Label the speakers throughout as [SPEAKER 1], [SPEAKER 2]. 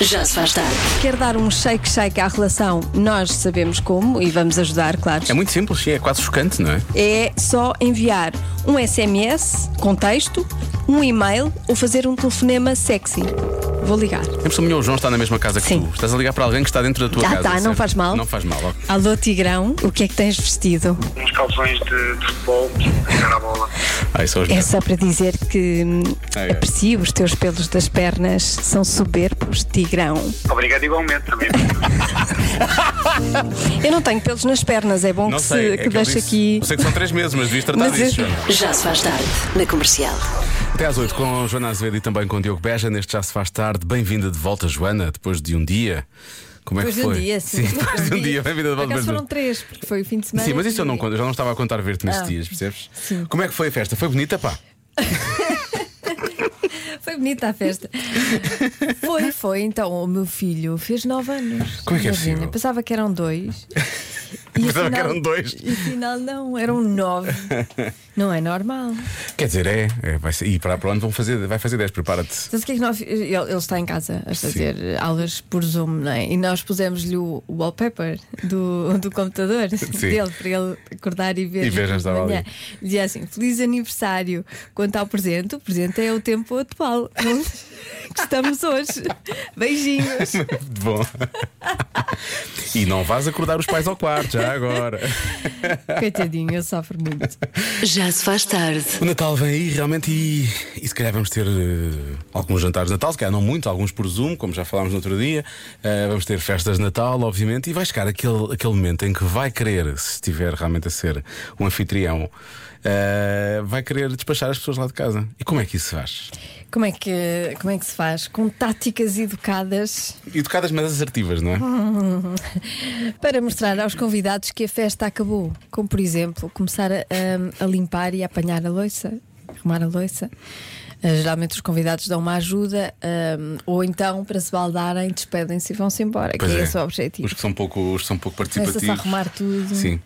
[SPEAKER 1] Já se faz tarde.
[SPEAKER 2] Quer dar um shake shake à relação? Nós sabemos como e vamos ajudar, claro.
[SPEAKER 3] É muito simples, sim, é quase chocante, não é?
[SPEAKER 2] É só enviar um SMS com texto, um e-mail ou fazer um telefonema sexy. Vou ligar.
[SPEAKER 3] Sempre melhor o João está na mesma casa que
[SPEAKER 2] Sim.
[SPEAKER 3] tu. Estás a ligar para alguém que está dentro da tua
[SPEAKER 2] Ah,
[SPEAKER 3] casa.
[SPEAKER 2] tá, não
[SPEAKER 3] certo?
[SPEAKER 2] faz mal.
[SPEAKER 3] Não faz mal, ok.
[SPEAKER 2] Alô, Tigrão, o que é que tens vestido?
[SPEAKER 4] uns calções de, de futebol, jogar a bola.
[SPEAKER 3] Ai, são Ah, os
[SPEAKER 2] É
[SPEAKER 3] melhores.
[SPEAKER 2] só para dizer que hum,
[SPEAKER 3] Ai, ai.
[SPEAKER 2] aprecio os teus pelos das pernas, são soberbos, Tigrão.
[SPEAKER 4] Obrigado igualmente também.
[SPEAKER 2] Eu não tenho pelos nas pernas, é bom
[SPEAKER 3] Não
[SPEAKER 2] que,
[SPEAKER 3] sei,
[SPEAKER 2] se,
[SPEAKER 3] é
[SPEAKER 2] que
[SPEAKER 3] que eu
[SPEAKER 2] deixe
[SPEAKER 3] disse-
[SPEAKER 2] aqui.
[SPEAKER 3] Eu sei que são três meses, mas devias tratar
[SPEAKER 2] Mas
[SPEAKER 3] disso,
[SPEAKER 2] eu-
[SPEAKER 3] João.
[SPEAKER 1] Já se faz tarde. Na comercial.
[SPEAKER 3] Até às 8 com Joana Azevedo e também com Diogo Beja. Neste Já Se Faz Tarde. Bem-vinda de volta, Joana, depois de um dia. Como é
[SPEAKER 5] Depois
[SPEAKER 3] que
[SPEAKER 5] de um
[SPEAKER 3] foi?
[SPEAKER 5] dia, sim.
[SPEAKER 3] depois
[SPEAKER 2] é
[SPEAKER 3] de um dia. Bem-vinda de
[SPEAKER 5] Por
[SPEAKER 3] volta.
[SPEAKER 5] acaso
[SPEAKER 3] depois de-
[SPEAKER 5] foram três, porque foi o fim de semana.
[SPEAKER 3] Sim, mas isso eu não
[SPEAKER 5] e-
[SPEAKER 3] conto. Eu já não estava a contar ver-te nesses dias, percebes?
[SPEAKER 5] sim.
[SPEAKER 3] Como é que foi a festa? Foi bonita, pá?
[SPEAKER 5] Foi bonita a festa. foi, foi. Então, o meu filho fez nove anos.
[SPEAKER 3] Como é que é
[SPEAKER 5] Imagina,
[SPEAKER 3] possível?
[SPEAKER 5] Pensava que eram dois. né? E
[SPEAKER 3] Pensava que eram dois.
[SPEAKER 5] E afinal, não, é, eram nove. não é normal.
[SPEAKER 3] Quer dizer, é. é, vai ser- e para, para onde vão fazer? Vai fazer 10, prepara-te.
[SPEAKER 5] Sabes o que é que nós. Ele, ele está em casa a fazer aulas por Zoom, não é? E nós pusemos-lhe o wallpaper do, do computador dele para ele acordar e ver.
[SPEAKER 3] E ver já estava
[SPEAKER 5] de manhã.
[SPEAKER 3] ali.
[SPEAKER 5] Dizia assim: Feliz aniversário. Quanto ao presente, o presente é o tempo atual onde que estamos hoje. Beijinhos.
[SPEAKER 3] De bom. e não vais acordar os pais ao quarto, já agora.
[SPEAKER 5] Coitadinho, ele sofre muito.
[SPEAKER 1] Já se faz tarde.
[SPEAKER 3] O Natal vem aí realmente e, e se calhar vamos ter eh, alguns jantares de Natal, se calhar não muito, alguns por Zoom, como já falámos no outro dia. Eh, vamos ter festas de Natal, obviamente, e vai chegar aquele, aquele momento em que vai querer, se estiver realmente a ser um anfitrião, eh, vai querer despachar as pessoas lá de casa. E como é que isso se faz?
[SPEAKER 5] Como é que, como é que se faz? Com táticas educadas.
[SPEAKER 3] Educadas, mas assertivas, não é?
[SPEAKER 5] Ah, Para mostrar aos convidados que a festa acabou, como por exemplo, começar a, a- a limpar e a apanhar a loiça, arrumar a loiça. Ah, geralmente os convidados dão uma ajuda, ah, ou então, para se baldarem, despedem-se e vão-se embora,
[SPEAKER 3] Pois
[SPEAKER 5] que é,
[SPEAKER 3] é.
[SPEAKER 5] esse o objetivo.
[SPEAKER 3] Os que são pouco, os que são pouco participativos.
[SPEAKER 5] Começa-se a arrumar tudo
[SPEAKER 3] Sim.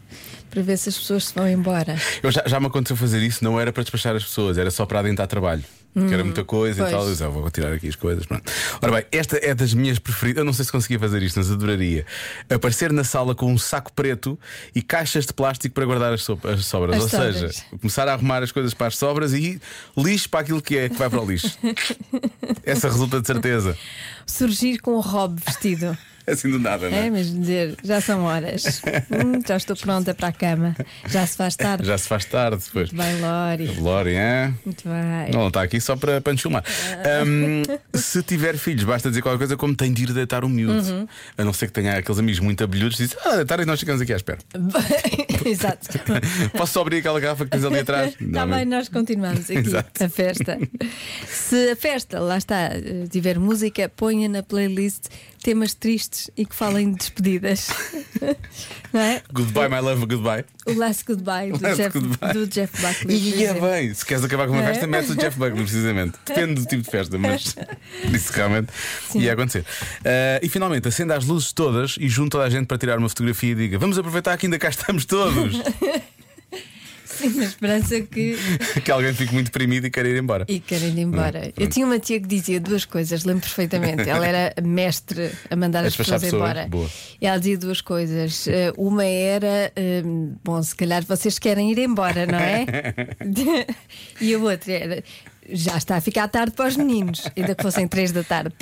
[SPEAKER 5] para ver se as pessoas se vão embora.
[SPEAKER 3] Eu já, já me aconteceu fazer isso, não era para despachar as pessoas, era só para adentrar trabalho. que era muita coisa e
[SPEAKER 5] Hum, pois.
[SPEAKER 3] tal. Eu disse, "Ah, vou tirar aqui as coisas. Pronto. Ora bem, esta é das minhas preferidas. Eu não sei se conseguia fazer isto, mas adoraria. Aparecer na sala com um saco preto e caixas de plástico para guardar as, sopa- as sobras.
[SPEAKER 5] As
[SPEAKER 3] Ou
[SPEAKER 5] sobras.
[SPEAKER 3] seja, começar a arrumar as coisas para as sobras e lixo para aquilo que é que vai para o lixo. Essa resulta de certeza.
[SPEAKER 5] Surgir com o Rob vestido.
[SPEAKER 3] Assim do nada, não é?
[SPEAKER 5] É mesmo dizer, já são horas. Hum, já estou pronta para a cama. Já se faz tarde.
[SPEAKER 3] Já se faz tarde depois.
[SPEAKER 5] Muito bem, Lori.
[SPEAKER 3] Glória, hein?
[SPEAKER 5] Muito bem.
[SPEAKER 3] Não, Não, está aqui só para, para nos filmar. Ahm, se tiver filhos, basta dizer qualquer coisa como tem de ir deitar o miúdo.
[SPEAKER 5] Uhum.
[SPEAKER 3] A não ser que tenha aqueles amigos muito abelhudos que dizem: Ah, deitar e nós ficamos aqui à espera.
[SPEAKER 5] Exato.
[SPEAKER 3] Posso só abrir aquela garrafa que tens ali atrás?
[SPEAKER 5] Está
[SPEAKER 3] Não,
[SPEAKER 5] Tá bem,
[SPEAKER 3] não.
[SPEAKER 5] nós continuamos aqui
[SPEAKER 3] Exato.
[SPEAKER 5] a festa. Se a festa, lá está, eh, tiver música, ponha na playlist temas tristes e que falem de despedidas. Não é?
[SPEAKER 3] Goodbye, my love, goodbye.
[SPEAKER 5] O Last Goodbye do,
[SPEAKER 3] Last
[SPEAKER 5] Jeff,
[SPEAKER 3] Goodbye.
[SPEAKER 5] do Jeff Buckley. por
[SPEAKER 3] E é
[SPEAKER 5] exemplo.
[SPEAKER 3] bem, se queres acabar com uma
[SPEAKER 5] Não é?
[SPEAKER 3] festa, metes o Jeff Buckley, precisamente. Depende do tipo de festa, mas isso realmente ia acontecer. Ah, e finalmente, acenda as luzes todas e junto toda a gente para tirar uma fotografia e diga: Vamos aproveitar que ainda cá estamos todos.
[SPEAKER 5] Sim, na esperança que.
[SPEAKER 3] que alguém fique muito deprimido e queira ir embora.
[SPEAKER 5] E querem ir embora.
[SPEAKER 3] Não, é?
[SPEAKER 5] Eu tinha uma tia que dizia duas coisas, lembro perfeitamente. Ela era mestre a mandar
[SPEAKER 3] A
[SPEAKER 5] as
[SPEAKER 3] despachar
[SPEAKER 5] pessoas
[SPEAKER 3] pessoas,
[SPEAKER 5] embora.
[SPEAKER 3] boa.
[SPEAKER 5] E ela dizia duas coisas. Eh, Uma era, ehm, bom, se calhar vocês querem ir embora, não é? e a outra era. Já está a ficar tarde para os meninos, ainda que fossem três da tarde.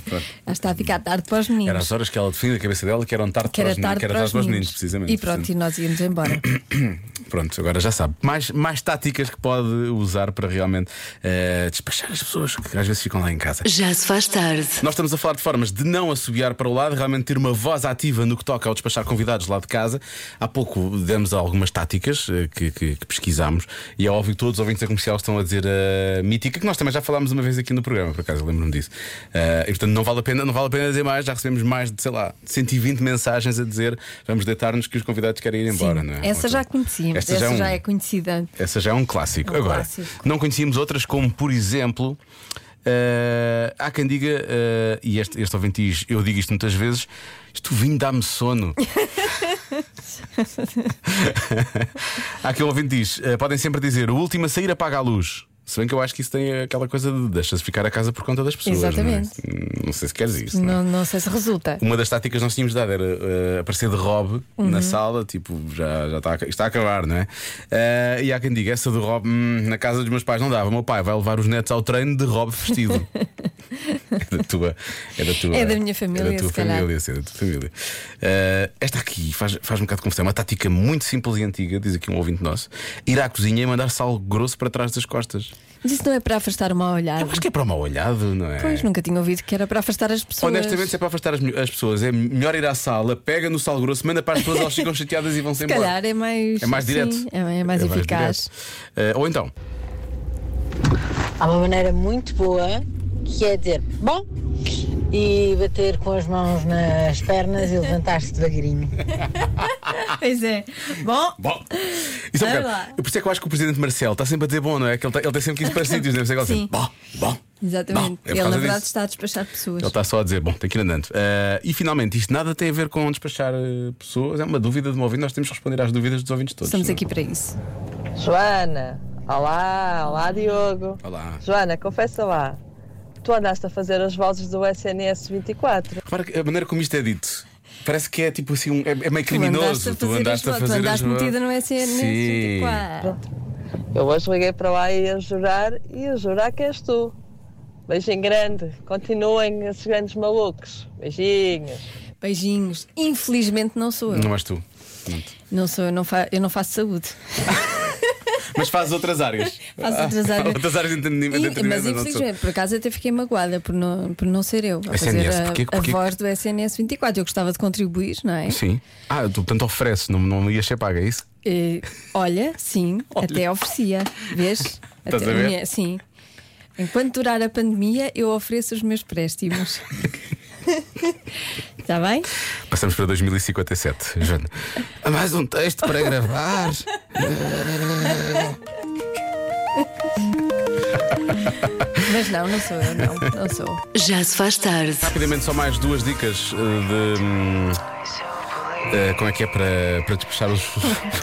[SPEAKER 5] Já está a ficar tarde para os meninos.
[SPEAKER 3] Era as horas que ela define da cabeça dela que eram tarde
[SPEAKER 5] que
[SPEAKER 3] para
[SPEAKER 5] era
[SPEAKER 3] os meninos,
[SPEAKER 5] tarde
[SPEAKER 3] que era
[SPEAKER 5] para os meninos.
[SPEAKER 3] meninos, precisamente.
[SPEAKER 5] E pronto, e
[SPEAKER 3] Portanto,
[SPEAKER 5] nós íamos embora.
[SPEAKER 3] pronto, agora já sabe. Mais, mais táticas que pode usar para realmente eh, despachar as pessoas que às vezes ficam lá em casa.
[SPEAKER 1] Já se faz tarde.
[SPEAKER 3] Nós estamos a falar de formas de não assobiar para o lado, realmente ter uma voz ativa no que toca ao despachar convidados lá de casa. Há pouco demos algumas táticas eh, que, que- que pesquisámos e é óbvio que todos os ouvintes da comercial estão a dizer a mítica, que nós também já falámos uma vez aqui no programa, por acaso, eu lembro-me disso. Eh, e portanto não vale, a pena, não vale a pena dizer mais, já recebemos mais de, sei lá, 120 mensagens a dizer vamos deitar-nos que os convidados querem ir embora,
[SPEAKER 5] Sim,
[SPEAKER 3] não é?
[SPEAKER 5] Essa
[SPEAKER 3] Ou
[SPEAKER 5] já
[SPEAKER 3] então,
[SPEAKER 5] conhecíamos,
[SPEAKER 3] esta
[SPEAKER 5] essa
[SPEAKER 3] um-
[SPEAKER 5] já é conhecida.
[SPEAKER 3] essa já é um clássico.
[SPEAKER 5] Um
[SPEAKER 3] Agora,
[SPEAKER 5] clássico.
[SPEAKER 3] não conhecíamos outras, como por exemplo. eh, há quem diga, eh, e este, este ouvinte diz, eu digo isto muitas vezes: isto vinho dá-me sono. há quem ouvinte diz: eh, podem sempre dizer, o último a sair apaga a luz. Se bem que eu acho que isso tem aquela coisa de deixa-se ficar a casa por conta das pessoas.
[SPEAKER 5] Exatamente.
[SPEAKER 3] Não, é? Hum, não sei se queres isso. não é?
[SPEAKER 5] Não, não sei se resulta.
[SPEAKER 3] Uma das táticas que nós tínhamos dado era eh, aparecer de Rob
[SPEAKER 5] Uhum.
[SPEAKER 3] na sala, tipo, já, já está, a- está a acabar, não é? Eh, e há quem diga, essa de Rob hum, na casa dos meus pais não dava. O meu pai vai levar os netos ao treino de Rob vestido. é, da tua, é da tua.
[SPEAKER 5] É da minha família,
[SPEAKER 3] É da tua
[SPEAKER 5] se calhar.
[SPEAKER 3] família, sim, é da tua família. Eh, esta aqui faz, faz um bocado de confusão. É uma tática muito simples e antiga, diz aqui um ouvinte nosso: ir à cozinha e mandar sal grosso para trás das costas.
[SPEAKER 5] Mas isso não é para afastar o mau olhar.
[SPEAKER 3] Eu acho que é para o mal olhado, não é?
[SPEAKER 5] Pois, nunca tinha ouvido que era para afastar as pessoas.
[SPEAKER 3] Honestamente, se é para afastar as, as pessoas, é melhor ir à sala, pega no sal grosso, manda para as pessoas, elas ficam chateadas e vão-se
[SPEAKER 5] se
[SPEAKER 3] embora.
[SPEAKER 5] calhar é mais.
[SPEAKER 3] É mais
[SPEAKER 5] sim,
[SPEAKER 3] direto.
[SPEAKER 5] é, é mais eficaz.
[SPEAKER 3] direto. Eh, ou então,
[SPEAKER 6] Há uma maneira muito boa que é dizer bom e bater com as mãos nas pernas e levantar-se devagarinho.
[SPEAKER 5] Pois é. Bom,
[SPEAKER 3] bom, isso é um
[SPEAKER 5] Vai
[SPEAKER 3] bocado-
[SPEAKER 5] lá.
[SPEAKER 3] Eu por isso é que eu acho que o presidente Marcelo está sempre a dizer bom, não é? Que ele, tem- ele tem sempre que ir para sítios, não é? Por isso é? que ele
[SPEAKER 5] Sim.
[SPEAKER 3] diz, Bom, bom.
[SPEAKER 5] exatamente.
[SPEAKER 3] bom. É por
[SPEAKER 5] Ele, na
[SPEAKER 3] causa
[SPEAKER 5] verdade,
[SPEAKER 3] disso.
[SPEAKER 5] está a despachar pessoas.
[SPEAKER 3] Ele está só a dizer, bom, tem que ir andando. Eh, e finalmente, isto nada tem a ver com despachar eh, pessoas, é uma dúvida de um ouvinte, nós temos que responder às dúvidas dos ouvintes todos.
[SPEAKER 5] Estamos
[SPEAKER 3] não é?
[SPEAKER 5] aqui para isso.
[SPEAKER 7] Joana, olá, olá Diogo.
[SPEAKER 3] Olá.
[SPEAKER 7] Joana, confessa lá, tu andaste a fazer as vozes do SNS 24.
[SPEAKER 3] Repara que a maneira como isto é dito. Parece que é tipo assim, um- é, é meio
[SPEAKER 5] andaste
[SPEAKER 3] criminoso.
[SPEAKER 5] a fazer as vozes, andaste
[SPEAKER 3] as vozes.
[SPEAKER 5] metida é? no SNS
[SPEAKER 3] é? Sim.
[SPEAKER 5] 24.
[SPEAKER 7] Eu hoje liguei para lá e a jurar e a jurar que és tu. Beijinho grande, continuem esses grandes malucos. Beijinhos.
[SPEAKER 5] Beijinhos. Infelizmente não sou eu.
[SPEAKER 3] Não és tu.
[SPEAKER 5] Não sou eu, não fa- eu não faço saúde.
[SPEAKER 3] Mas faz outras áreas.
[SPEAKER 5] Faço outras áreas.
[SPEAKER 3] outras áreas Ah, de entretenimento.
[SPEAKER 5] In-
[SPEAKER 3] entretenimento,
[SPEAKER 5] mas é
[SPEAKER 3] não sou.
[SPEAKER 5] infelizmente, por acaso até fiquei magoada por não, por não ser eu a
[SPEAKER 3] SNS,
[SPEAKER 5] fazer a,
[SPEAKER 3] porquê-
[SPEAKER 5] a
[SPEAKER 3] porquê-
[SPEAKER 5] voz do SNS 24. Eu gostava de contribuir, não é?
[SPEAKER 3] Sim. Ah, tu, portanto oferece, não, não ia ser paga, é isso?
[SPEAKER 5] Eh, olha, sim, até oferecia. Vês?
[SPEAKER 3] Estás
[SPEAKER 5] Até-
[SPEAKER 3] a ver?
[SPEAKER 5] minha- sim. Enquanto durar a pandemia, eu ofereço os meus préstimos. Está bem?
[SPEAKER 3] Passamos para 2057, Joana. Há mais um texto para gravar.
[SPEAKER 5] Mas não, não sou eu, não. Não sou.
[SPEAKER 1] Já se faz tarde.
[SPEAKER 3] Rapidamente, só mais duas dicas eh, de. hum, eh, como é que é para, para despechar os,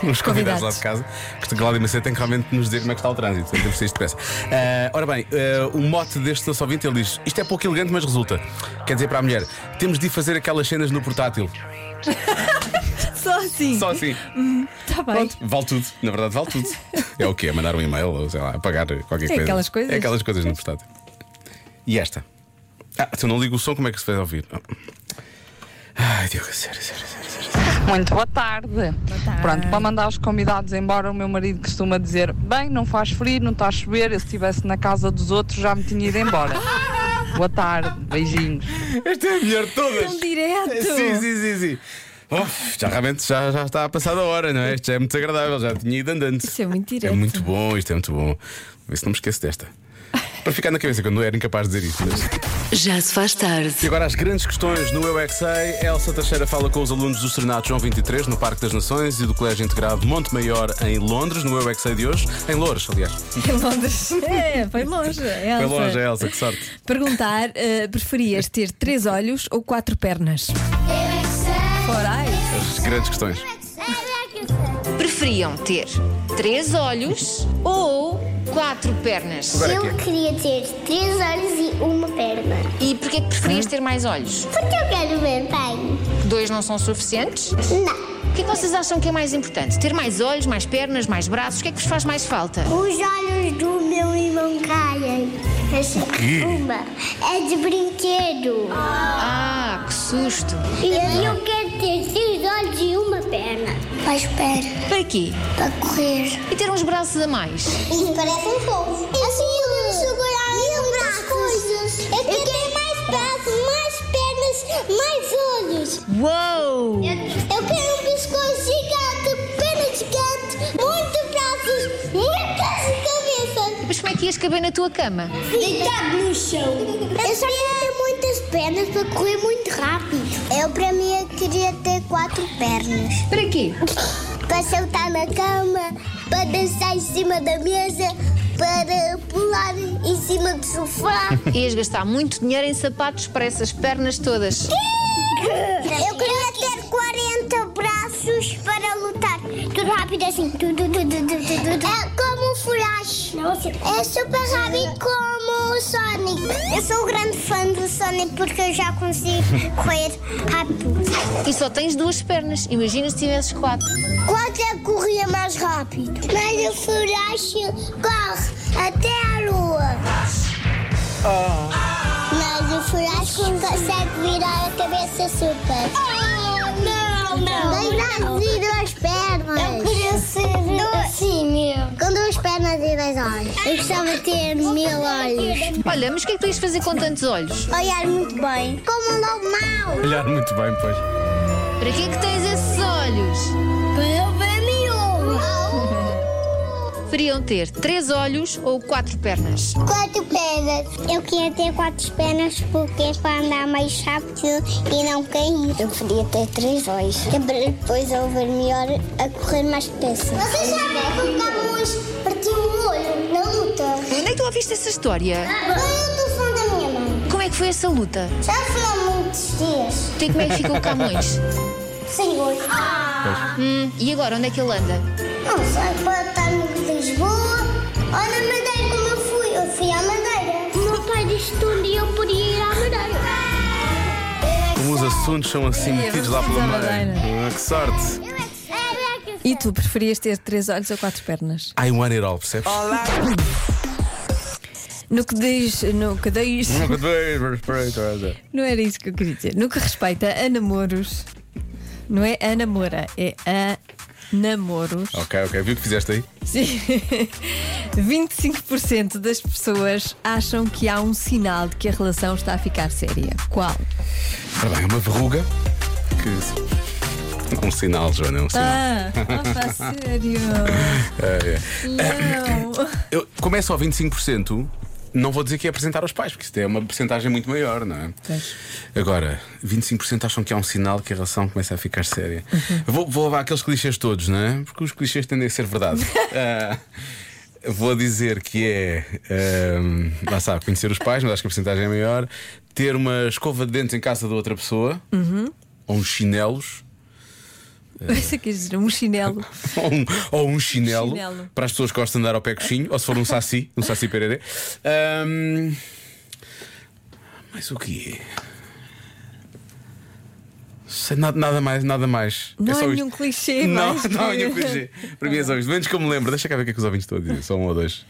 [SPEAKER 3] os convidados lá de casa? Porque Cláudio Macedo tem que realmente nos dizer como é que está o trânsito. Então Temos que sair depressa. Eh, ora bem, eh, o mote deste nosso ouvinte ele diz: Isto é pouco elegante, mas resulta. Quer dizer para a mulher: Temos de ir fazer aquelas cenas no portátil.
[SPEAKER 5] Só assim.
[SPEAKER 3] Só assim.
[SPEAKER 5] Está Tá bem.
[SPEAKER 3] Pronto, vale tudo. Na verdade, vale tudo. É o quê? É mandar um e-mail ou sei lá, pagar qualquer
[SPEAKER 5] Sim,
[SPEAKER 3] coisa.
[SPEAKER 5] aquelas coisas.
[SPEAKER 3] É aquelas coisas no portátil. E esta? Ah, se eu não ligo o som, como é que se faz ouvir? Ah. Ai, Diogo, sério, sério, sério. sério.
[SPEAKER 8] Muito boa tarde. Pronto, para mandar os convidados embora, o meu marido costuma dizer: Bem, não faz frio, não está a chover. Eu, se estivesse na casa dos outros, já me tinha ido embora. boa tarde, beijinhos.
[SPEAKER 3] Esta é a melhor de todas. É,
[SPEAKER 5] Tão direto.
[SPEAKER 3] Sim, sim, sim, sim. Uf, já realmente já, já está a passar a hora, não é? Isto já é muito desagradável, já tinha ido andando.
[SPEAKER 5] Isso é muito
[SPEAKER 3] É
[SPEAKER 5] direto.
[SPEAKER 3] muito bom, isto é muito bom. Vê se não me esqueço desta. Para ficar na cabeça, quando eu era incapaz de dizer isto. mas-
[SPEAKER 1] Já se faz
[SPEAKER 3] E
[SPEAKER 1] tarde.
[SPEAKER 3] agora as grandes questões no Eu é Que Sei. Elsa Teixeira fala com os alunos do Serenato João 23 no Parque das Nações e do Colégio Integrado Monte Maior em Londres, no Eu é Que Sei de hoje, em Louros, aliás.
[SPEAKER 5] Em Londres. É, foi longe.
[SPEAKER 3] assim. Foi longe, Elsa, que sorte.
[SPEAKER 5] Perguntar: eh, preferias ter três olhos ou quatro pernas? Forai.
[SPEAKER 3] As grandes questões.
[SPEAKER 9] Preferiam ter três olhos ou quatro pernas?
[SPEAKER 3] Agora
[SPEAKER 10] Eu
[SPEAKER 3] aqui.
[SPEAKER 10] queria ter três olhos e uma perna.
[SPEAKER 9] E porquê que preferias ter mais olhos?
[SPEAKER 10] Porque eu quero ver bem.
[SPEAKER 9] Dois não são suficientes?
[SPEAKER 10] Não.
[SPEAKER 9] O que é que vocês acham que é mais importante? Ter mais olhos, mais pernas, mais braços? O que é que vos faz mais falta?
[SPEAKER 10] Os olhos do meu irmão caem. Essa
[SPEAKER 3] quê?
[SPEAKER 10] uma é de brinquedo.
[SPEAKER 9] Ah, que susto!
[SPEAKER 10] E eu quero ter três olhos e uma perna. Mas espera,
[SPEAKER 9] Para quê?
[SPEAKER 10] para correr.
[SPEAKER 9] E ter uns braços a mais?
[SPEAKER 10] Isso parece um fogo. Assim eu não segurar é muitas coisas. Eu quero ter mais braços, mais pernas, mais olhos.
[SPEAKER 9] Uou!
[SPEAKER 10] Eu quero um pescoço gigante, perna gigante, muitos braços, muitas cabeças,
[SPEAKER 9] Mas como é que ias caber na tua cama?
[SPEAKER 10] deitado no chão. Eu só quero ter muitas pernas para correr muito rápido. Eu, para mim, eu queria ter quatro pernas.
[SPEAKER 9] Para quê?
[SPEAKER 10] Para saltar na cama, para dançar em cima da mesa, para pular em cima do sofá.
[SPEAKER 9] Ias gastar muito dinheiro em sapatos para essas pernas todas.
[SPEAKER 10] Eu queria ter 40 braços para lutar. Tudo rápido assim. É como um flash. É super rápido como o Sonic. Eu sou um grande fã do Sonic porque eu já consigo correr rápido.
[SPEAKER 9] E só tens duas pernas. Imagina se tivesses quatro.
[SPEAKER 10] Quanto é que corria mais rápido? Mas o Flash corre até a lua. Mas o Flash consegue virar a cabeça super. Oh, não, não. Mas não tem duas pernas. Eu queria ser assim mesmo. Com duas pernas e dois olhos. Eu gostava de ter mil olhos.
[SPEAKER 9] Olha, mas o que é que tu ias fazer com tantos olhos?
[SPEAKER 10] Olhar muito bem. Como um lobo mau.
[SPEAKER 3] Olhar muito bem, pois.
[SPEAKER 9] Para que é que tens esses olhos?
[SPEAKER 10] Para ver miolo.
[SPEAKER 9] Preferiam ter três olhos ou quatro pernas?
[SPEAKER 10] Quatro pernas. Eu queria ter quatro pernas porque é para andar mais rápido e não cair. Eu podia ter três olhos. Depois eu ver melhor a correr mais depressa. Vocês sabem que o Camus partiu um olho na luta?
[SPEAKER 9] Onde é que tu ouviste essa história?
[SPEAKER 10] Foi o telefone da minha mãe.
[SPEAKER 9] Como é que foi essa luta?
[SPEAKER 10] Já foi há muitos dias.
[SPEAKER 9] Tu e como é que ficou o Camões?
[SPEAKER 10] Sem olho. Ah!
[SPEAKER 9] Hum, e agora, onde é que ele anda?
[SPEAKER 10] Não é sei, pode estar em Lisboa ou na Madeira como eu fui. Eu fui à Madeira. O meu pai disse que um dia eu podia ir à Madeira.
[SPEAKER 3] Como os assuntos são assim metidos lá pela meio. Ah, que sorte!
[SPEAKER 10] é
[SPEAKER 5] E tu preferias ter três olhos ou quatro pernas?
[SPEAKER 3] I want it all, percebes?
[SPEAKER 5] No que diz. No que diz.
[SPEAKER 3] Nunca dei respeito.
[SPEAKER 5] Não era isso que eu queria dizer. No que respeita a namoros, não é a namora, é a namoros.
[SPEAKER 3] Ok, ok. Viu o que fizeste aí?
[SPEAKER 5] Sim. 25% das pessoas acham que há um sinal de que a relação está a ficar séria. Qual?
[SPEAKER 3] Ora bem, uma verruga. Que... Um sinal, Joana, é um sinal.
[SPEAKER 5] Ah, opa, sério.
[SPEAKER 3] É, é.
[SPEAKER 5] Não.
[SPEAKER 3] Eu começo ao 25%, não vou dizer que é apresentar aos pais, porque isto é uma porcentagem muito maior, não é?
[SPEAKER 5] Pois.
[SPEAKER 3] Agora, 25% acham que é um sinal que a relação começa a ficar séria. Vou, vou levar aqueles clichês todos, não é? Porque os clichês tendem a ser verdade. Ah, Vou dizer que é. ahm, lá sabe, conhecer os pais, mas acho que a porcentagem é maior. Ter uma escova de dentes em casa da outra pessoa, ou uns chinelos,
[SPEAKER 5] Isso quer dizer, um chinelo.
[SPEAKER 3] ou um, ou um chinelo,
[SPEAKER 5] Chinelo.
[SPEAKER 3] para as pessoas que gostam de andar ao pé coxinho, ou se for um saci, um saci pererê. Ahm, mas o que é? Sei, nada, nada mais, nada mais.
[SPEAKER 5] Não
[SPEAKER 3] é só
[SPEAKER 5] há
[SPEAKER 3] isto.
[SPEAKER 5] nenhum clichê,
[SPEAKER 3] Não,
[SPEAKER 5] mas-
[SPEAKER 3] não há nenhum clichê. Para mim é só isto. Menos que eu me lembro, deixa cá ver o que é que os ouvintes estão a dizer. Só um ou dois.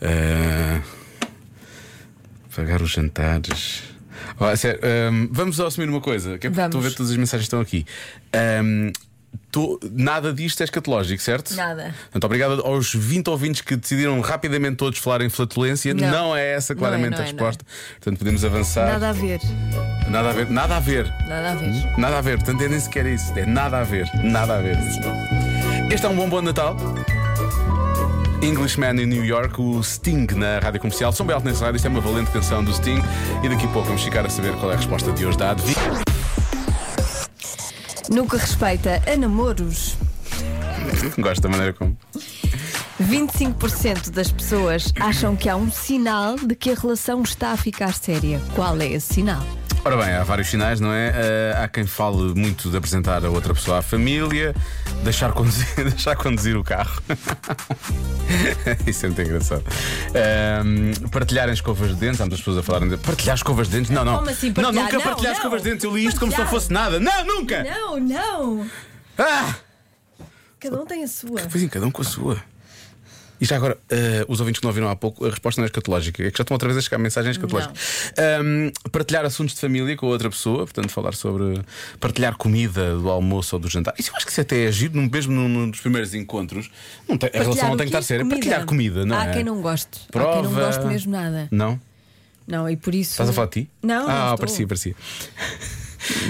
[SPEAKER 3] Ah, pagar os jantares. Ó, a sério, ahm, vamos só assumir uma coisa, que é porque
[SPEAKER 5] Vamos.
[SPEAKER 3] estou a ver todas as mensagens que estão aqui. Ahm, tô- nada disto é escatológico, certo?
[SPEAKER 5] Nada.
[SPEAKER 3] Portanto, obrigado aos 20 ouvintes que decidiram rapidamente todos falar em flatulência. Não,
[SPEAKER 5] Não.
[SPEAKER 3] é essa
[SPEAKER 5] Não é,
[SPEAKER 3] claramente
[SPEAKER 5] não
[SPEAKER 3] a
[SPEAKER 5] é,
[SPEAKER 3] resposta. Portanto, podemos avançar.
[SPEAKER 5] Nada a ver.
[SPEAKER 3] Nada a ver. Nada a ver.
[SPEAKER 5] Nada a ver.
[SPEAKER 3] Nada a ver, portanto é nem sequer isso. É nada a ver, nada a ver. Este é um bombom de Natal. Englishman in New York, o Sting na rádio comercial. São Belo nesse rádio, isto é uma valente canção do Sting. E daqui a pouco vamos ficar a saber qual é a resposta de hoje da Advi.
[SPEAKER 5] No que respeita a namoros,
[SPEAKER 3] Gosto da maneira como.
[SPEAKER 5] 25% das pessoas acham que há um sinal de que a relação está a ficar séria. Qual é esse sinal?
[SPEAKER 3] Ora bem, há vários sinais, não é? Ah, há quem fale muito de apresentar a outra pessoa à família, deixar conduzir, deixar conduzir o carro. Isso é muito engraçado. Ahm, partilharem escovas de dentes, há muitas pessoas a falarem de partilhar escovas de dentes. Não, não.
[SPEAKER 5] Como assim
[SPEAKER 3] não,
[SPEAKER 5] partilhar?
[SPEAKER 3] nunca
[SPEAKER 5] Não,
[SPEAKER 3] partilhar
[SPEAKER 5] não.
[SPEAKER 3] escovas de dentes. Eu li isto como se não
[SPEAKER 5] Partilhar.
[SPEAKER 3] fosse nada. Não, nunca!
[SPEAKER 5] Não, não!
[SPEAKER 3] Ah!
[SPEAKER 5] Cada um tem a sua.
[SPEAKER 3] Pois em cada um com a sua. E já agora, eh, os ouvintes que não ouviram há pouco, a resposta não é escatológica, é que já estão outra vez a chegar mensagens escatológicas. Ahm, partilhar assuntos de família com outra pessoa, portanto, falar sobre partilhar comida do almoço ou do jantar. Isso eu acho que isso até é giro, num- mesmo num, num dos primeiros encontros. Não tem- a relação não tem que estar séria. Partilhar comida, não
[SPEAKER 5] Há
[SPEAKER 3] é?
[SPEAKER 5] Ah, quem não goste.
[SPEAKER 3] Prova.
[SPEAKER 5] Há quem não goste mesmo nada.
[SPEAKER 3] Não?
[SPEAKER 5] Não, e por isso.
[SPEAKER 3] Estás a falar de ti?
[SPEAKER 5] Hum. Não, não
[SPEAKER 3] Ah,
[SPEAKER 5] estou.
[SPEAKER 3] parecia, parecia.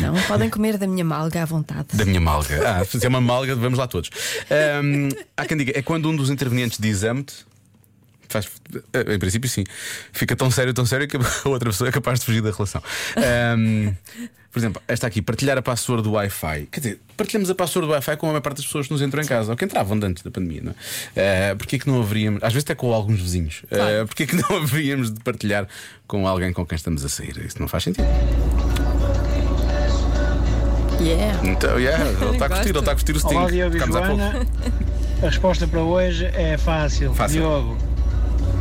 [SPEAKER 5] Não, podem comer da minha malga à vontade.
[SPEAKER 3] Da minha malga. Ah, se é uma malga, vamos lá todos. Ahm, há quem diga, é quando um dos intervenientes diz amo-te. Faz, eh, em princípio, sim. Fica tão sério, tão sério que a outra pessoa é capaz de fugir da relação. Ahm, por exemplo, esta aqui, partilhar a password do Wi-Fi. Quer dizer, partilhamos a password do Wi-Fi com a maior parte das pessoas que nos entram em casa, ou que entravam antes da pandemia, não é? Ah, Porquê que não haveríamos, às vezes até com alguns vizinhos, Ah, porquê que não haveríamos de partilhar com alguém com quem estamos a sair? Isso não faz sentido.
[SPEAKER 5] Yeah.
[SPEAKER 3] Então, yeah, ele está a curtir, ele está a curtir o Sting.
[SPEAKER 11] Olá, Diogo e
[SPEAKER 3] Ficámos há pouco.
[SPEAKER 11] Joana. A resposta para hoje é fácil.
[SPEAKER 3] Fácil.
[SPEAKER 11] Diogo,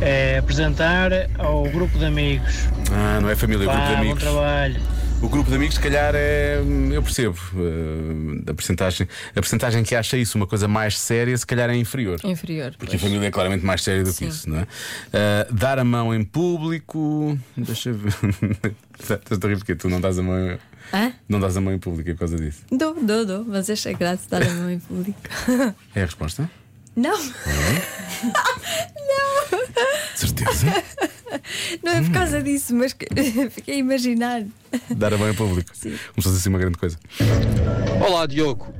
[SPEAKER 11] É apresentar ao grupo de amigos.
[SPEAKER 3] Ah, não é família, é
[SPEAKER 11] Pá,
[SPEAKER 3] grupo de
[SPEAKER 11] bom
[SPEAKER 3] amigos.
[SPEAKER 11] trabalho.
[SPEAKER 3] O grupo de amigos, se calhar, é. Eu percebo. eh, a, percentagem, a percentagem que acha isso uma coisa mais séria, se calhar é inferior.
[SPEAKER 5] Inferior.
[SPEAKER 3] Porque a família é claramente mais séria do que isso, não é? Ah, dar a mão em público. Deixa eu ver. Estás a rir porque tu não dás a mão. em-
[SPEAKER 5] Hã?
[SPEAKER 3] Não dás a mão em público é por causa disso.
[SPEAKER 5] Dou, dou, dou, mas é achei graça dar a mão em público.
[SPEAKER 3] É a resposta?
[SPEAKER 5] Não.
[SPEAKER 3] Certeza.
[SPEAKER 5] Não é por causa disso, mas que- fiquei a imaginar.
[SPEAKER 3] Dar a mão em público. Como se fosse assim uma grande coisa.
[SPEAKER 12] Olá, Diogo.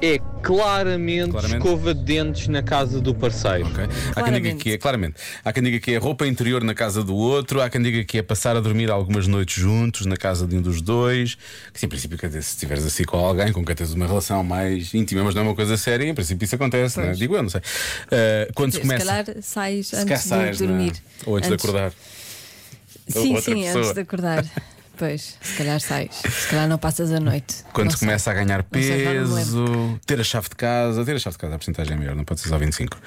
[SPEAKER 12] É claramente, escova de dentes na casa do parceiro.
[SPEAKER 3] Há quem diga que é, claramente. Há quem diga que é roupa interior na casa do outro, há quem diga que é passar a dormir algumas noites juntos na casa de um dos dois. Que, sim, em princípio, quer dizer, se estiveres assim com alguém com quem tens uma relação mais íntima, mas não é uma coisa séria, em princípio isso acontece, né?
[SPEAKER 5] Pois.
[SPEAKER 3] digo eu, não sei. Ah, quando se
[SPEAKER 5] Se
[SPEAKER 3] começa.
[SPEAKER 5] calhar sais
[SPEAKER 3] se
[SPEAKER 5] antes
[SPEAKER 3] calhar sais,
[SPEAKER 5] de
[SPEAKER 3] não é?
[SPEAKER 5] dormir.
[SPEAKER 3] Ou antes, de acordar. Ou
[SPEAKER 5] Sim,
[SPEAKER 3] outra
[SPEAKER 5] sim, antes
[SPEAKER 3] pessoa.
[SPEAKER 5] de acordar. Pois, se calhar sais. Se calhar não passas a noite.
[SPEAKER 3] Quando
[SPEAKER 5] Não
[SPEAKER 3] se
[SPEAKER 5] sei.
[SPEAKER 3] começa a ganhar
[SPEAKER 5] Não sei, já não me
[SPEAKER 3] peso, ter a chave de casa, ter a chave de casa, a porcentagem é melhor, não pode ser só 25.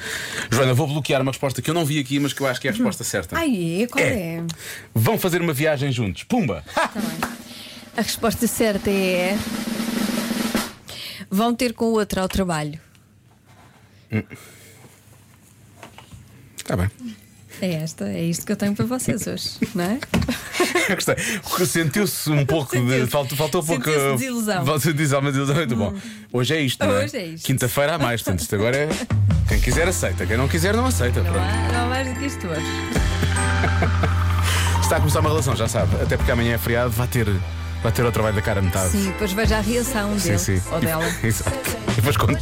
[SPEAKER 3] Joana, vou bloquear uma resposta que eu não vi aqui, mas que eu acho que é a resposta certa.
[SPEAKER 5] Ai, é, qual é?
[SPEAKER 3] Vão fazer uma viagem juntos. Pumba!
[SPEAKER 5] A resposta certa é. Vão ter com o outro ao trabalho.
[SPEAKER 3] Está bem.
[SPEAKER 5] É esta, é isto que eu tenho para vocês hoje, não é?
[SPEAKER 3] Eu gostei. Porque Sentiu-se um pouco de. Faltou, faltou um pouco.
[SPEAKER 5] Sentiu-se desilusão.
[SPEAKER 3] Faltou desilusão, mas desilusão é muito bom. Hoje é isto, não é?
[SPEAKER 5] Hoje é isto.
[SPEAKER 3] Quinta-feira há mais, portanto, isto agora é. Quem quiser aceita, quem não quiser não aceita.
[SPEAKER 5] Não
[SPEAKER 3] pronto.
[SPEAKER 5] há, não há mais do que isto hoje.
[SPEAKER 3] Está a começar uma relação, já sabe. Até porque amanhã é feriado, vai ter, vai ter o trabalho da cara a metade.
[SPEAKER 5] Sim, depois veja a reação
[SPEAKER 3] sim.
[SPEAKER 5] dele
[SPEAKER 3] sim.
[SPEAKER 5] ou dela.
[SPEAKER 3] Exato. E depois conto.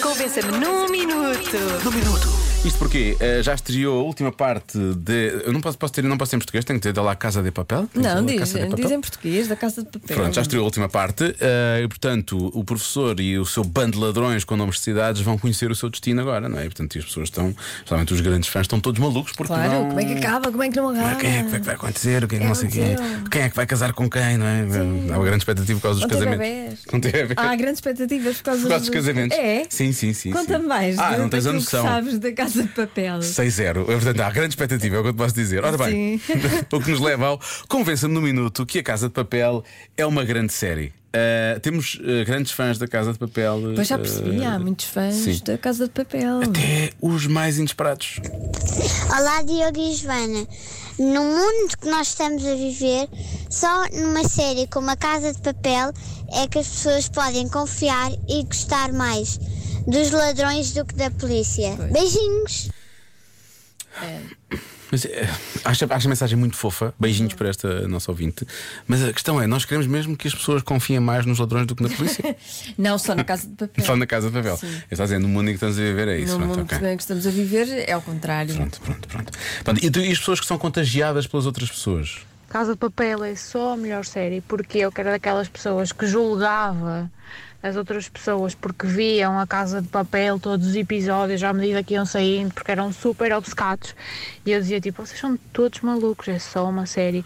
[SPEAKER 5] Convença-me num minuto. Num minuto.
[SPEAKER 3] Isto porque eh, já estreou a última parte de. Eu não posso, posso ter, não posso ter em português, tenho que ter da lá Casa de Papel. Tenho que ter
[SPEAKER 5] Não,
[SPEAKER 3] da La
[SPEAKER 5] diz,
[SPEAKER 3] Casa de Papel.
[SPEAKER 5] diz em português, da Casa de Papel.
[SPEAKER 3] Pronto, já estreou a última parte. eh, e, portanto, o professor e o seu bando de ladrões com nomes de cidades vão conhecer o seu destino agora, não é? E, portanto, as pessoas estão, especialmente os grandes fãs, estão todos malucos porque
[SPEAKER 5] Claro,
[SPEAKER 3] não.
[SPEAKER 5] como é que acaba? Como é que não acaba?
[SPEAKER 3] Quem é que vai- vai acontecer? O que é que
[SPEAKER 5] É
[SPEAKER 3] não sei quem?
[SPEAKER 5] aconteceu.
[SPEAKER 3] Quem é que vai casar com quem, não é? Há uma grande expectativa por causa dos
[SPEAKER 5] Não tem
[SPEAKER 3] casamentos.
[SPEAKER 5] bebés. Ah,
[SPEAKER 3] Não tem bebés.
[SPEAKER 5] Há grandes expectativas por causa,
[SPEAKER 3] Por causa dos casamentos.
[SPEAKER 5] É?
[SPEAKER 3] Sim, sim, sim.
[SPEAKER 5] Conta-me
[SPEAKER 3] sim.
[SPEAKER 5] mais.
[SPEAKER 3] Ah,
[SPEAKER 5] de-
[SPEAKER 3] não tens a
[SPEAKER 5] daquilo
[SPEAKER 3] noção.
[SPEAKER 5] Que sabes da Casa de Papel.
[SPEAKER 3] 6-0. É, Portanto, há grande expectativa, é o que eu te posso dizer. Ora bem,
[SPEAKER 5] Sim.
[SPEAKER 3] o que nos leva ao Convença-me no Minuto que a Casa de Papel é uma grande série. Ah, temos ah, grandes fãs da Casa de Papel.
[SPEAKER 5] Pois já
[SPEAKER 3] ah,
[SPEAKER 5] percebi, há muitos fãs
[SPEAKER 3] sim.
[SPEAKER 5] da Casa de Papel.
[SPEAKER 3] Até os mais inesperados.
[SPEAKER 10] Olá, Diogo e Joana. No mundo que nós estamos a viver, só numa série como A Casa de Papel é que as pessoas podem confiar e gostar mais dos ladrões do que da polícia. Beijinhos!
[SPEAKER 3] Mas, eh, acho, acho a mensagem muito fofa. Beijinhos para esta nossa ouvinte. Mas a questão é: nós queremos mesmo que as pessoas confiem mais nos ladrões do que na polícia?
[SPEAKER 5] Não, só na Casa de Papel.
[SPEAKER 3] Só na Casa de Papel.
[SPEAKER 5] Sim.
[SPEAKER 3] Estás dizendo, no mundo em que estamos a viver é isso.
[SPEAKER 5] no
[SPEAKER 3] Pronto,
[SPEAKER 5] mundo
[SPEAKER 3] ok.
[SPEAKER 5] bem que estamos a viver é ao contrário.
[SPEAKER 3] Pronto, e, tu- e as pessoas que são contagiadas pelas outras pessoas?
[SPEAKER 13] Casa de Papel é só a melhor série porque eu que era daquelas pessoas que julgava as outras pessoas porque viam a Casa de Papel todos os episódios à medida que iam saindo porque eram super obcecados e eu dizia tipo, vocês são todos malucos, é só uma série.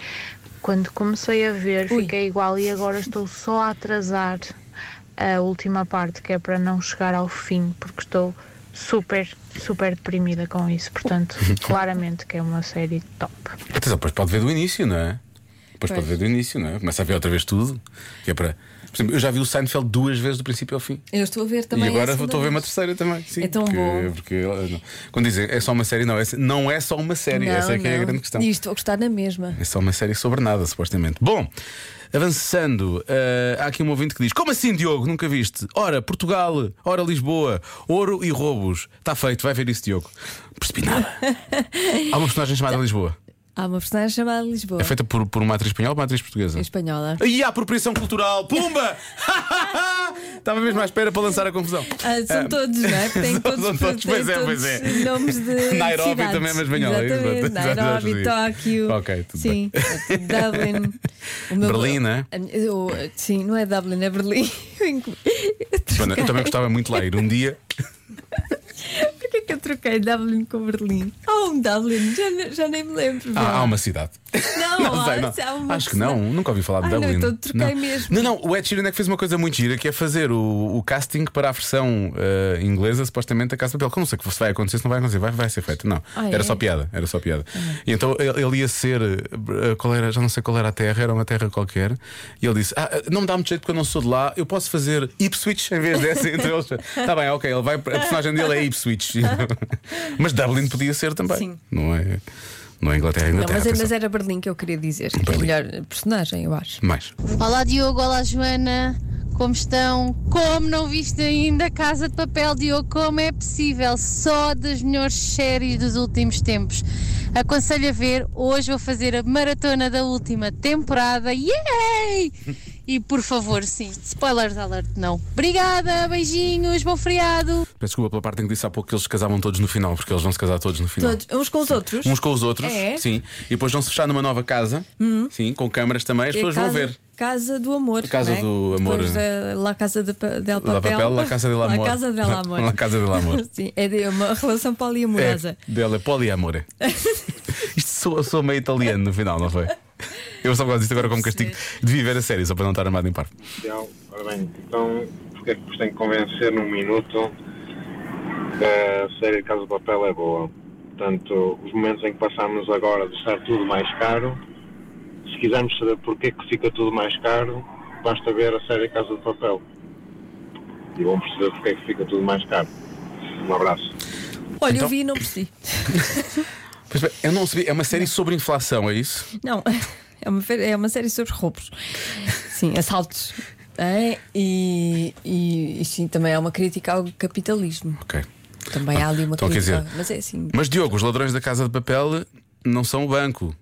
[SPEAKER 13] Quando comecei a ver fiquei igual e agora estou só a atrasar a última parte que é para não chegar ao fim porque estou super, super deprimida com isso. Portanto, claramente que é uma série top.
[SPEAKER 3] Atenção, depois pode ver do início, não é? Depois pode ver do início, não é? Começa a ver outra vez tudo. Que é para... Por exemplo, eu já vi o Seinfeld duas vezes do princípio ao fim.
[SPEAKER 5] Eu estou a ver também. é
[SPEAKER 3] e agora
[SPEAKER 5] essa
[SPEAKER 3] estou a ver uma
[SPEAKER 5] da-
[SPEAKER 3] terceira também. Sim,
[SPEAKER 5] É tão
[SPEAKER 3] porque,
[SPEAKER 5] bom.
[SPEAKER 3] porque, eh, não. quando dizem é só uma série, não, é, não é só uma série.
[SPEAKER 5] Não,
[SPEAKER 3] Essa é que é a
[SPEAKER 5] não.
[SPEAKER 3] grande questão.
[SPEAKER 5] E estou a gostar na mesma.
[SPEAKER 3] É só uma série sobre nada, supostamente. Bom, avançando, eh, há aqui um ouvinte que diz: Como assim, Diogo? Nunca viste? Ora, Portugal, ora, Lisboa, ouro e roubos. Está feito, vai ver isso, Diogo. Percebi nada. há uma personagem chamada Lisboa.
[SPEAKER 5] Há uma personagem chamada Lisboa.
[SPEAKER 3] É feita por, por uma atriz espanhola ou uma atriz portuguesa?
[SPEAKER 5] Espanhola.
[SPEAKER 3] E a apropriação cultural, pumba! Estava mesmo à espera para lançar a confusão.
[SPEAKER 5] Ah, são
[SPEAKER 3] Ah,
[SPEAKER 5] todos, não é? Têm
[SPEAKER 3] são
[SPEAKER 5] todos,
[SPEAKER 3] todos,
[SPEAKER 5] têm
[SPEAKER 3] pois é, pois
[SPEAKER 5] todos
[SPEAKER 3] é.
[SPEAKER 5] nomes de.
[SPEAKER 3] Nairobi
[SPEAKER 5] cidades.
[SPEAKER 3] também é uma espanhola, é isso?
[SPEAKER 5] Exatamente,
[SPEAKER 3] Já- já- já
[SPEAKER 5] Nairobi,
[SPEAKER 3] percebi.
[SPEAKER 5] Tóquio.
[SPEAKER 3] Ok, tudo
[SPEAKER 5] Sim, é Dublin. O meu-
[SPEAKER 3] Berlim, não é?
[SPEAKER 5] a minha- eu- Sim, não é Dublin, é Berlim.
[SPEAKER 3] Joana, eu também gostava muito de lá ir um dia.
[SPEAKER 5] Porquê que eu troquei Dublin com Berlim? Há um Dublin, já, ne- já nem me lembro.
[SPEAKER 3] Há, há uma cidade.
[SPEAKER 5] Não,
[SPEAKER 3] sei,
[SPEAKER 5] isso é uma
[SPEAKER 3] Acho que não, nunca ouvi falar de
[SPEAKER 5] Ai, não,
[SPEAKER 3] Dublin.
[SPEAKER 5] então troquei
[SPEAKER 3] não.
[SPEAKER 5] mesmo.
[SPEAKER 3] Não, não, o Ed Sheeran é que fez uma coisa muito gira que é fazer o, o casting para a versão eh, inglesa, supostamente, da Casa de Papel. Que eu não sei que se vai acontecer, se não vai acontecer, vai, vai ser feito. Não,
[SPEAKER 14] Ah,
[SPEAKER 3] era
[SPEAKER 14] é?
[SPEAKER 3] só piada, era só piada. E então ele, ele ia ser, eh, qual era, já não sei qual era a terra, era uma terra qualquer, e ele disse: Ah, eh, não me dá muito jeito porque eu não sou de lá, eu posso fazer Ipswich em vez dessa. Então eles, tá bem, ok, ele vai, a personagem dele é Ipswich. Mas Dublin podia ser também.
[SPEAKER 5] Sim.
[SPEAKER 3] Não é? Não é Inglaterra, é
[SPEAKER 5] Não,
[SPEAKER 3] Inglaterra.
[SPEAKER 5] mas, mas é-
[SPEAKER 3] atenção.
[SPEAKER 5] era Berlim que eu queria dizer, que é a melhor personagem, eu acho.
[SPEAKER 3] Mais.
[SPEAKER 15] Olá Diogo, olá Joana, como estão? Como não viste ainda a Casa de Papel, Diogo? Como é possível? Só das melhores séries dos últimos tempos. Aconselho a ver, hoje vou fazer a maratona da última temporada. Yay! E por favor, sim, spoilers alert, não. Obrigada, beijinhos, bom feriado!
[SPEAKER 3] Peço desculpa pela parte em que disse há pouco que eles se casavam todos no final, porque eles vão se casar todos no final.
[SPEAKER 5] Todos, uns com os outros.
[SPEAKER 3] Uns com os outros,
[SPEAKER 5] É?
[SPEAKER 3] sim. E depois vão se fechar numa nova casa,
[SPEAKER 5] Uhum.
[SPEAKER 3] sim, com câmaras também, as
[SPEAKER 5] É
[SPEAKER 3] pessoas
[SPEAKER 5] casa,
[SPEAKER 3] vão ver.
[SPEAKER 5] Casa do amor.
[SPEAKER 3] Casa
[SPEAKER 5] não é?
[SPEAKER 3] do amor.
[SPEAKER 5] Depois da La Casa de, Pa- del Papel.
[SPEAKER 3] La Papel, La Casa del Amor.
[SPEAKER 5] La Casa del
[SPEAKER 3] La-
[SPEAKER 5] Amor.
[SPEAKER 3] La Casa del Amor.
[SPEAKER 5] Sim, é de uma relação poliamorosa.
[SPEAKER 3] É, dela, poliamore. Isto sou, sou meio italiano no final, não foi? Eu só gosto disto agora como castigo. Devia ver a série, só para não estar armado em par.
[SPEAKER 16] Comercial. Ora bem, então, porque é que vos tenho que convencer num minuto que a série Casa de Papel é boa? Portanto, os momentos em que passamos agora de estar tudo mais caro, se quisermos saber porque é que fica tudo mais caro, basta ver a série Casa de Papel. E vão perceber porque é que fica tudo mais caro. Um abraço.
[SPEAKER 5] Olha,
[SPEAKER 3] Então-
[SPEAKER 5] eu vi e não percebi.
[SPEAKER 3] Pois bem, eu não sei, é uma série sobre inflação, é isso?
[SPEAKER 5] Não, é uma, fe- é uma série sobre roubos. Sim, assaltos. É, e, e, e sim, também é uma crítica ao capitalismo.
[SPEAKER 3] Ok.
[SPEAKER 5] Também há ali uma
[SPEAKER 3] Então, quer
[SPEAKER 5] crítica.
[SPEAKER 3] dizer-
[SPEAKER 5] Mas é assim.
[SPEAKER 3] Mas Diogo, os ladrões da Casa de Papel não são o banco,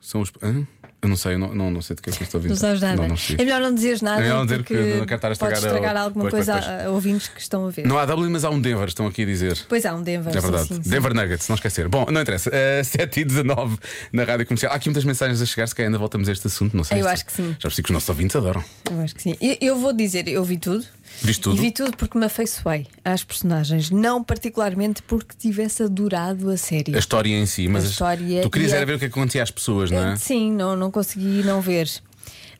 [SPEAKER 3] são os. Hã? Eu não sei, eu não, não, não sei de que é que eu estou a ouvir.
[SPEAKER 5] Não sabes nada.
[SPEAKER 3] Não, não sei.
[SPEAKER 5] é melhor não dizeres nada.
[SPEAKER 3] É melhor não dizer
[SPEAKER 5] porque
[SPEAKER 3] que eu não quero estar a estragar
[SPEAKER 5] podes
[SPEAKER 3] a-
[SPEAKER 5] estragar alguma
[SPEAKER 3] pois,
[SPEAKER 5] coisa
[SPEAKER 3] pois, pois.
[SPEAKER 5] a, a ouvintes que estão a ver.
[SPEAKER 3] Não há Dublin, mas há um Denver, estão aqui a dizer.
[SPEAKER 5] Pois há um Denver.
[SPEAKER 3] É verdade.
[SPEAKER 5] sim, sim, sim.
[SPEAKER 3] Denver Nuggets, não esquecer. Bom, não interessa. Uh, 7 e 19 na rádio comercial. Há aqui muitas mensagens a chegar, se calhar ainda voltamos a este assunto, não sei.
[SPEAKER 5] Eu
[SPEAKER 3] se-
[SPEAKER 5] acho que sim.
[SPEAKER 3] Já percebi que os nossos ouvintes adoram.
[SPEAKER 5] Eu acho que sim. E Eu vou dizer, eu vi tudo.
[SPEAKER 3] Viste tudo?
[SPEAKER 5] E vi tudo porque me afeiçoei às personagens. Não particularmente porque tivesse adorado a série.
[SPEAKER 3] A história em si, mas
[SPEAKER 5] A história
[SPEAKER 3] tu querias
[SPEAKER 5] e a-
[SPEAKER 3] era ver o que é que acontecia às pessoas, não é?
[SPEAKER 5] Sim, não, não consegui não ver.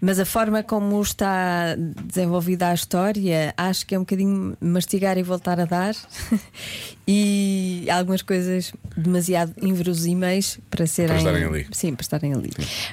[SPEAKER 5] Mas a forma como está desenvolvida a história, acho que é um bocadinho mastigar e voltar a dar. e algumas coisas demasiado inverosímeis para serem.
[SPEAKER 3] estarem ali.
[SPEAKER 5] Sim, para estarem ali.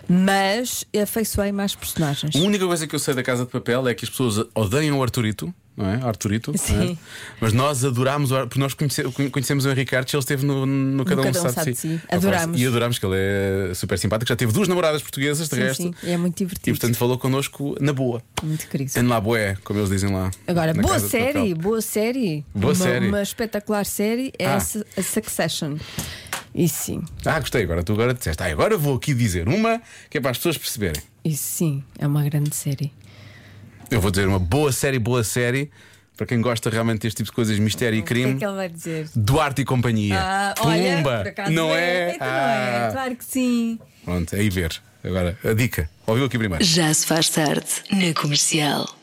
[SPEAKER 5] Mas afeiçoei mais personagens.
[SPEAKER 3] A única coisa que eu sei da Casa de Papel é que as pessoas odeiam o Arturito. Não é? Arturito.
[SPEAKER 5] Sim.
[SPEAKER 3] não é? Mas nós adorámos, o Ar- porque nós conhece- conhecemos o Henrique Cartes, ele esteve no, no Cada Um, sabe, de si.
[SPEAKER 5] Adorámos.
[SPEAKER 3] E adorámos, que ele é super simpático. Já teve duas namoradas portuguesas, de
[SPEAKER 5] Sim,
[SPEAKER 3] resto.
[SPEAKER 5] sim, é muito
[SPEAKER 3] E
[SPEAKER 5] divertido.
[SPEAKER 3] portanto falou connosco na boa.
[SPEAKER 5] Muito querido.
[SPEAKER 3] Em La Boé, como eles dizem lá.
[SPEAKER 5] Agora,
[SPEAKER 3] na
[SPEAKER 5] boa
[SPEAKER 3] Casa de Papel.
[SPEAKER 5] série, boa série,
[SPEAKER 3] Boa
[SPEAKER 5] uma,
[SPEAKER 3] série.
[SPEAKER 5] Uma espetacular série é
[SPEAKER 3] Ah.
[SPEAKER 5] a Su- a Succession. E sim,
[SPEAKER 3] Ah, gostei agora. Tu agora disseste. Ah, agora vou aqui dizer uma que é para as pessoas perceberem.
[SPEAKER 5] e sim, é uma grande série.
[SPEAKER 3] Eu vou dizer uma boa série, boa série, para quem gosta realmente deste tipo de coisas, mistério e
[SPEAKER 5] O que é
[SPEAKER 3] crime.
[SPEAKER 5] que ele vai dizer?
[SPEAKER 3] Duarte e companhia.
[SPEAKER 5] Ah, olha,
[SPEAKER 3] Pumba!
[SPEAKER 5] por acaso
[SPEAKER 3] não é?
[SPEAKER 5] Então não
[SPEAKER 3] Ah, é
[SPEAKER 5] é, claro que sim.
[SPEAKER 3] Pronto, aí ver. Agora, a dica. Ouviu aqui primeiro.
[SPEAKER 1] Já se faz tarde na comercial.